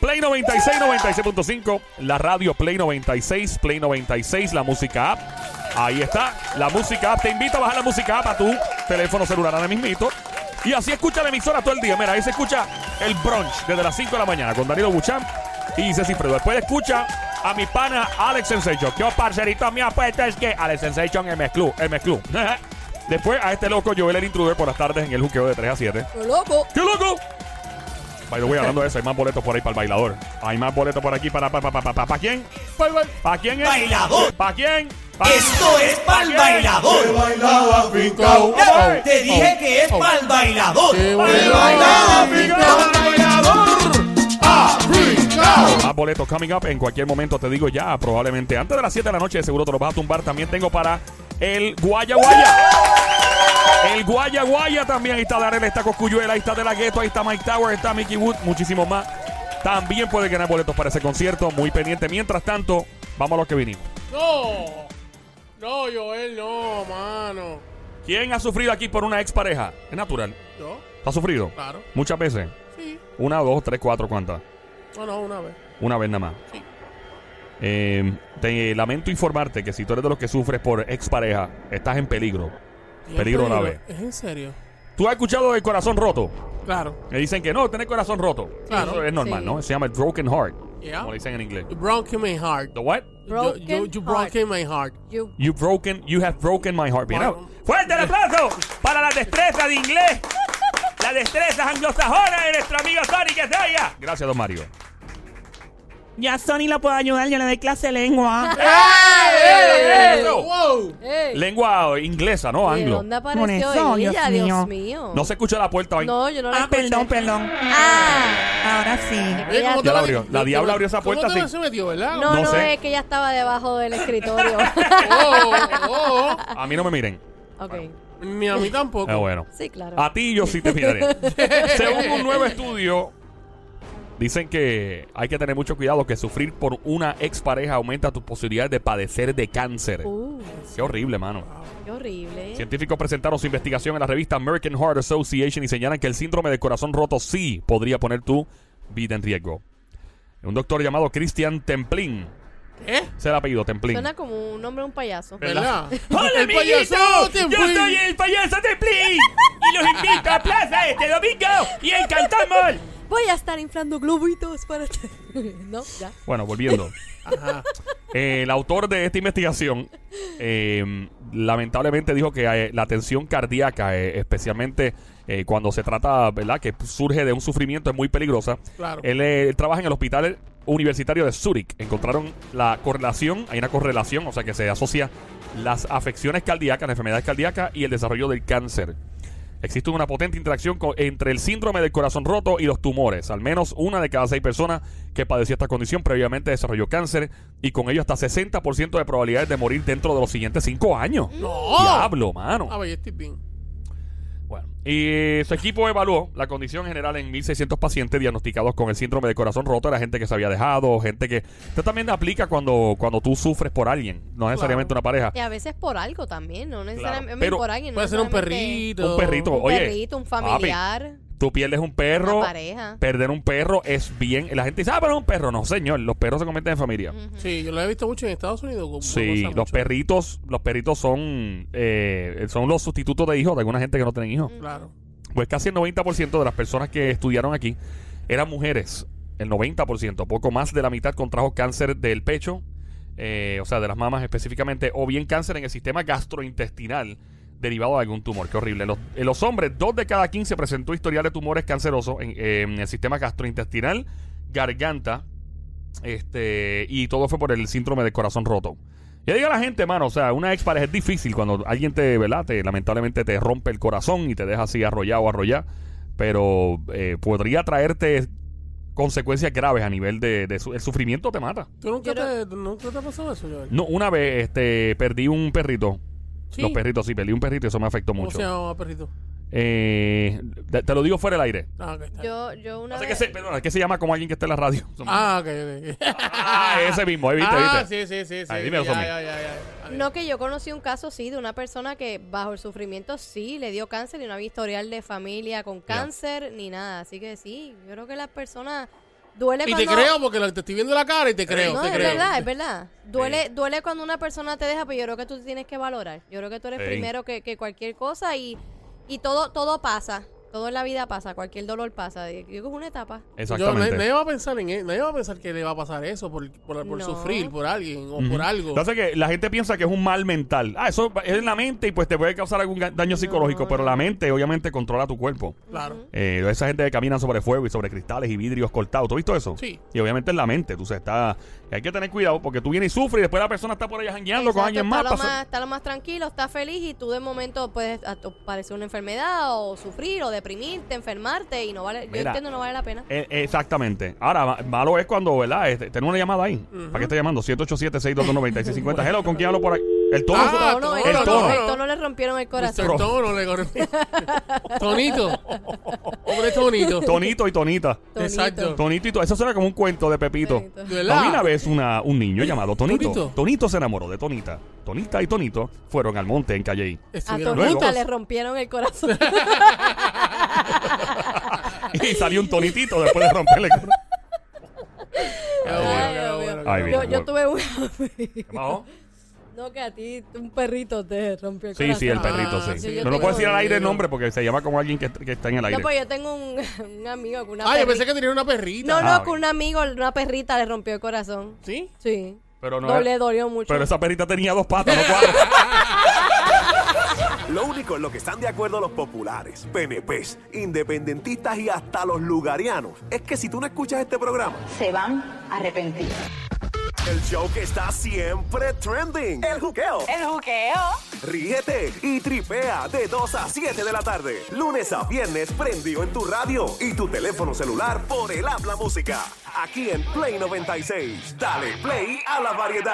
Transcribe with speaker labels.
Speaker 1: Play 96, 96.5, la radio Play 96, Play 96, la música app. Ahí está, la música app. Te invito a bajar la música app a tu teléfono celular ahora mismito. Y así escucha la emisora todo el día. Mira, ahí se escucha el brunch desde las 5 de la mañana con Danilo Buchan y Ceci Fredo. Después escucha a mi pana Alex Sensation. Yo, parcerito mío, pues es que Alex Sensation MS Club, MS Club. Después a este loco Joel el Intruder por las tardes en el juqueo de 3 a 7.
Speaker 2: Lo loco.
Speaker 1: ¡Qué loco! By the way, hablando de eso, hay más boletos por ahí para el bailador. Hay más boletos por aquí para. ¿Para, para, para, para, quién? ¿Para quién es?
Speaker 3: Bailador.
Speaker 1: ¿Para quién? Pa-
Speaker 3: Esto es pa'l
Speaker 1: ¿Para quién?
Speaker 3: bailador.
Speaker 4: bailaba fincao.
Speaker 1: Ay.
Speaker 3: Te dije que es pa'l bailador.
Speaker 4: bailaba fincao.
Speaker 1: Más boletos coming up en cualquier momento, te digo ya, probablemente antes de las 7 de la noche, seguro te los vas a tumbar. También tengo para el Guaya Guaya. El Guaya Guaya también. Ahí está Darel, está Coscuyuela, ahí está De La Gueto, ahí está Mike Tower, está Mickey Wood, muchísimos más. También puedes ganar boletos para ese concierto, muy pendiente. Mientras tanto, vamos a los que vinimos.
Speaker 4: No. No, Joel, no, mano.
Speaker 1: ¿Quién ha sufrido aquí por una expareja? Es natural.
Speaker 4: ¿Yo?
Speaker 1: ¿Has sufrido?
Speaker 4: Claro.
Speaker 1: Muchas veces.
Speaker 4: Ah. Sí.
Speaker 1: Una, dos, tres, cuatro, ¿cuántas?
Speaker 4: No, no, una vez.
Speaker 1: Una vez nada más.
Speaker 4: Sí.
Speaker 1: Eh, te lamento informarte que si tú eres de los que sufres por expareja, estás en peligro.
Speaker 4: Y
Speaker 1: Peligro
Speaker 4: es
Speaker 1: una vez.
Speaker 4: ¿Es en serio?
Speaker 1: Tú has escuchado del corazón roto.
Speaker 4: Claro.
Speaker 1: Me dicen que no, tener corazón roto.
Speaker 4: Claro.
Speaker 1: Eso es normal,
Speaker 2: Sí.
Speaker 1: ¿no? Se llama broken heart.
Speaker 4: Yeah.
Speaker 1: Como le dicen en inglés.
Speaker 4: You broken my heart.
Speaker 1: The what?
Speaker 4: You- you, you
Speaker 2: Broken heart.
Speaker 4: broken my heart.
Speaker 2: You-
Speaker 1: You broken, you have broken my heart. Bien,
Speaker 4: Bueno.
Speaker 1: Fuerte el aplauso para la destreza de inglés. La destreza anglosajona de nuestro amigo Sony que Gracias, don Mario.
Speaker 5: Ya Sony lo puedo ayudar, yo le doy clase de lengua.
Speaker 4: Wow.
Speaker 2: Ey.
Speaker 1: Lengua inglesa, ¿no?
Speaker 2: ¿De
Speaker 1: Anglo.
Speaker 2: dónde
Speaker 5: Con
Speaker 2: apareció
Speaker 5: eso,
Speaker 2: ella?
Speaker 5: Dios mío.
Speaker 2: Dios mío.
Speaker 1: No se escucha la puerta hoy.
Speaker 2: No, yo no la
Speaker 5: Ah,
Speaker 2: escuché.
Speaker 5: perdón, perdón.
Speaker 2: Ah.
Speaker 5: Ahora sí.
Speaker 4: Oye, ¿cómo
Speaker 2: Ella-
Speaker 4: te
Speaker 1: la abrió. La
Speaker 4: ¿cómo
Speaker 1: diabla
Speaker 4: te-
Speaker 1: abrió esa puerta
Speaker 4: ¿Cómo te
Speaker 1: así.
Speaker 4: se metió, verdad?
Speaker 2: No,
Speaker 1: No
Speaker 2: no,
Speaker 1: sé.
Speaker 2: es que ella estaba debajo del escritorio.
Speaker 4: Oh, oh, oh.
Speaker 1: A mí no me miren.
Speaker 2: ok.
Speaker 4: Ni a mí tampoco.
Speaker 1: Ah, bueno.
Speaker 2: Sí, claro.
Speaker 1: A ti yo sí te miraré. Según un nuevo estudio, dicen que hay que tener mucho cuidado que sufrir por una expareja aumenta tus posibilidades de padecer de cáncer.
Speaker 2: Uh,
Speaker 1: Qué horrible, mano.
Speaker 2: qué horrible.
Speaker 1: Científicos presentaron su investigación en la revista American Heart Association y señalan que el síndrome del corazón roto sí podría poner tu vida en riesgo. Un doctor llamado Christian Templin,
Speaker 4: ¿Eh?
Speaker 1: se el apellido Templin.
Speaker 2: Suena como un nombre de un payaso.
Speaker 4: ¿Verdad?
Speaker 1: ¡Hola,
Speaker 4: El
Speaker 1: amiguito!
Speaker 4: payaso te
Speaker 1: ¡Yo
Speaker 4: fui.
Speaker 1: soy el payaso de Plin! ¡Y los invito a Plaza este domingo! ¡Y encantamos!
Speaker 2: Voy a estar inflando globitos para ti. no, ya.
Speaker 1: Bueno, volviendo.
Speaker 4: Ajá.
Speaker 1: Eh, el autor de esta investigación eh, lamentablemente dijo que eh, la tensión cardíaca, eh, especialmente eh, cuando se trata, ¿verdad?, que surge de un sufrimiento es muy peligrosa.
Speaker 4: Claro.
Speaker 1: Él, eh, él trabaja en el hospital universitario de Zurich. Encontraron la correlación, hay una correlación, o sea que se asocia las afecciones cardíacas, las enfermedades cardíacas y el desarrollo del cáncer. Existe una potente interacción co- entre el síndrome del corazón roto y los tumores. Al menos una de cada seis personas que padeció esta condición previamente desarrolló cáncer y con ello hasta 60% de probabilidades de morir dentro de los siguientes cinco años.
Speaker 2: Mm.
Speaker 1: ¡Oh!
Speaker 4: No.
Speaker 1: ¡Diablo, mano!
Speaker 4: Ah, yo estoy bien.
Speaker 1: Bueno, y eh, su equipo evaluó la condición general en 1.600 pacientes diagnosticados con el síndrome de corazón roto, la gente que se había dejado, gente que... Esto también aplica cuando, cuando tú sufres por alguien, no necesariamente una pareja.
Speaker 2: Y a veces por algo también, no necesariamente
Speaker 1: Pero
Speaker 2: por alguien. no
Speaker 4: Puede ser un
Speaker 2: necesariamente
Speaker 4: perrito.
Speaker 1: Un perrito.
Speaker 2: Un
Speaker 1: Oye,
Speaker 2: perrito, un familiar,
Speaker 1: Tú pierdes un perro,
Speaker 2: una pareja.
Speaker 1: perder un perro es bien... La gente dice, ah, pero es un perro. No, señor, los perros se convierten en familia.
Speaker 4: Sí, yo lo he visto mucho en Estados Unidos. como
Speaker 1: Sí,
Speaker 4: pasa
Speaker 1: los
Speaker 4: mucho.
Speaker 1: perritos, los perritos son, eh, son los sustitutos de hijos de alguna gente que no tienen hijos.
Speaker 4: Claro.
Speaker 1: Pues casi el 90% de las personas que estudiaron aquí eran mujeres. El 90%, poco más de la mitad contrajo cáncer del pecho, eh, o sea, de las mamas específicamente, o bien cáncer en el sistema gastrointestinal derivado de algún tumor. Qué horrible. Los, eh, los hombres, dos de cada 15 presentó historial de tumores cancerosos en, eh, en el sistema gastrointestinal, garganta, este, y todo fue por el síndrome del corazón roto. Yo digo a la gente, mano, o sea, una expareja es difícil cuando alguien te, ¿verdad? Te, lamentablemente te rompe el corazón y te deja así arrollado o arrollado. Pero eh, podría traerte consecuencias graves a nivel de, de su- el sufrimiento te mata.
Speaker 4: ¿Tú nunca
Speaker 2: Yo
Speaker 4: te, nunca te ha pasado eso, Joel?
Speaker 1: No, una vez este, perdí un perrito.
Speaker 4: Sí.
Speaker 1: Los perritos, sí, perdí un perrito y eso me afectó
Speaker 4: ¿Cómo
Speaker 1: mucho.
Speaker 4: se llama perrito?
Speaker 1: Eh, te te lo digo fuera del aire.
Speaker 4: Ah, ok, está bien.
Speaker 2: Yo, yo una
Speaker 1: Así que
Speaker 2: vez...
Speaker 1: se, perdona, ¿qué se llama como alguien que está en la radio?
Speaker 4: Eh. Ah, ok, ok.
Speaker 1: Ah, ese mismo, ahí viste,
Speaker 4: ah,
Speaker 1: viste.
Speaker 4: sí, sí, sí. sí.
Speaker 1: Ahí, dímelo,
Speaker 4: ya,
Speaker 1: Somi.
Speaker 4: ya, ya, ya.
Speaker 2: No, que yo conocí un caso, sí, de una persona que bajo el sufrimiento sí le dio cáncer y no había historial de familia con cáncer ni nada. Así que sí, yo creo que las personas duele
Speaker 4: Y te
Speaker 2: cuando...
Speaker 4: creo porque la- te estoy viendo la cara y te creo,
Speaker 2: No,
Speaker 4: te
Speaker 2: es
Speaker 4: creo.
Speaker 2: verdad, es verdad. Duele, duele cuando una persona te deja, pero yo creo que tú tienes que valorar. Yo creo que tú eres
Speaker 1: Ey.
Speaker 2: primero que, que cualquier cosa y, y todo, todo pasa. Todo en la vida pasa, cualquier dolor pasa. Yo creo que es una etapa.
Speaker 4: Yo, nadie,
Speaker 1: Exactamente.
Speaker 4: nadie va a pensar en él, nadie va a pensar que le va a pasar eso por, por, por
Speaker 2: No.
Speaker 4: sufrir, por alguien o por algo.
Speaker 1: Entonces que la gente piensa que es un mal mental. Ah, eso es en la mente y pues te puede causar algún ga- daño psicológico, pero la mente obviamente controla tu cuerpo.
Speaker 4: Claro.
Speaker 1: Eh, esa gente que camina sobre fuego y sobre cristales y vidrios cortados. ¿Tú has visto eso?
Speaker 4: Sí.
Speaker 1: Y obviamente es la mente. Tú se está. Hay que tener cuidado porque tú vienes y sufres y después la persona está por ahí jangueando con
Speaker 2: Exacto,
Speaker 1: alguien
Speaker 2: está
Speaker 1: más.
Speaker 2: lo
Speaker 1: pasa-
Speaker 2: más. Está lo más tranquilo, está feliz y tú de momento puedes a- o parecer una enfermedad o sufrir o deprimirte, enfermarte y no vale. yo
Speaker 1: Mira.
Speaker 2: entiendo no vale la pena.
Speaker 1: Eh, exactamente. Ahora, ma- malo es cuando, ¿verdad? Este, tenemos una llamada ahí. ¿Para qué está llamando? 787-622-9650. Hello, ¿con quién hablo por ahí? El tono.
Speaker 4: Ah,
Speaker 2: Tono,
Speaker 4: tono,
Speaker 2: el
Speaker 1: el
Speaker 2: tono,
Speaker 1: tono.
Speaker 2: el tono le rompieron el corazón.
Speaker 4: Mr. Tono le corre- Tonito. Hombre, Tonito.
Speaker 1: Tonito y Tonita.
Speaker 2: Tonito.
Speaker 4: Exacto.
Speaker 1: Tonito y to- Eso suena como un cuento de Pepito.
Speaker 2: Tonito.
Speaker 4: ¿De
Speaker 1: No,
Speaker 4: verdad?
Speaker 1: vi una vez una- un niño llamado Tonito. Tonito.
Speaker 4: Tonito.
Speaker 1: se enamoró de Tonita. Tonita y Tonito fueron al monte en Calley.
Speaker 2: A
Speaker 4: Estuvieron
Speaker 2: Tonita
Speaker 4: juntos.
Speaker 2: le rompieron el corazón.
Speaker 1: y salió un Tonitito después de romperle. el corazón.
Speaker 4: Qué bueno,
Speaker 2: Ay,
Speaker 4: qué
Speaker 2: Dios
Speaker 4: bueno,
Speaker 2: mío.
Speaker 4: qué
Speaker 1: Ay,
Speaker 4: bueno.
Speaker 2: yo,
Speaker 1: mi
Speaker 2: yo
Speaker 1: amor.
Speaker 2: tuve una.
Speaker 1: ¿Qué pasó?
Speaker 2: no, que a ti un perrito te rompió el
Speaker 1: Sí,
Speaker 2: corazón.
Speaker 1: sí, el perrito, sí.
Speaker 4: Ah, sí,
Speaker 1: no lo
Speaker 2: yo tengo-
Speaker 1: puedo decir al aire el nombre porque se llama como alguien que, que está en el aire.
Speaker 2: No, pues yo tengo un, un amigo con una
Speaker 4: Ah, yo
Speaker 2: perrita.
Speaker 4: pensé que tenía una perrita.
Speaker 2: No,
Speaker 1: Ah,
Speaker 2: no, con un amigo, una perrita le rompió el corazón.
Speaker 4: ¿Sí?
Speaker 2: Sí.
Speaker 1: Pero no
Speaker 2: No
Speaker 1: era-
Speaker 2: le dolió mucho.
Speaker 1: Pero esa perrita tenía dos patas, no cuatro.
Speaker 6: Lo único en lo que están de acuerdo los populares, PNPs, independentistas y hasta los lugarianos es que si tú no escuchas este programa,
Speaker 7: se van a arrepentir.
Speaker 6: el show que está siempre trending, el juqueo,
Speaker 7: El juqueo.
Speaker 6: ríete y tripea de 2 a 7 de la tarde, lunes a viernes prendido en tu radio y tu teléfono celular por el habla música, aquí en Play 96. Dale play a la variedad.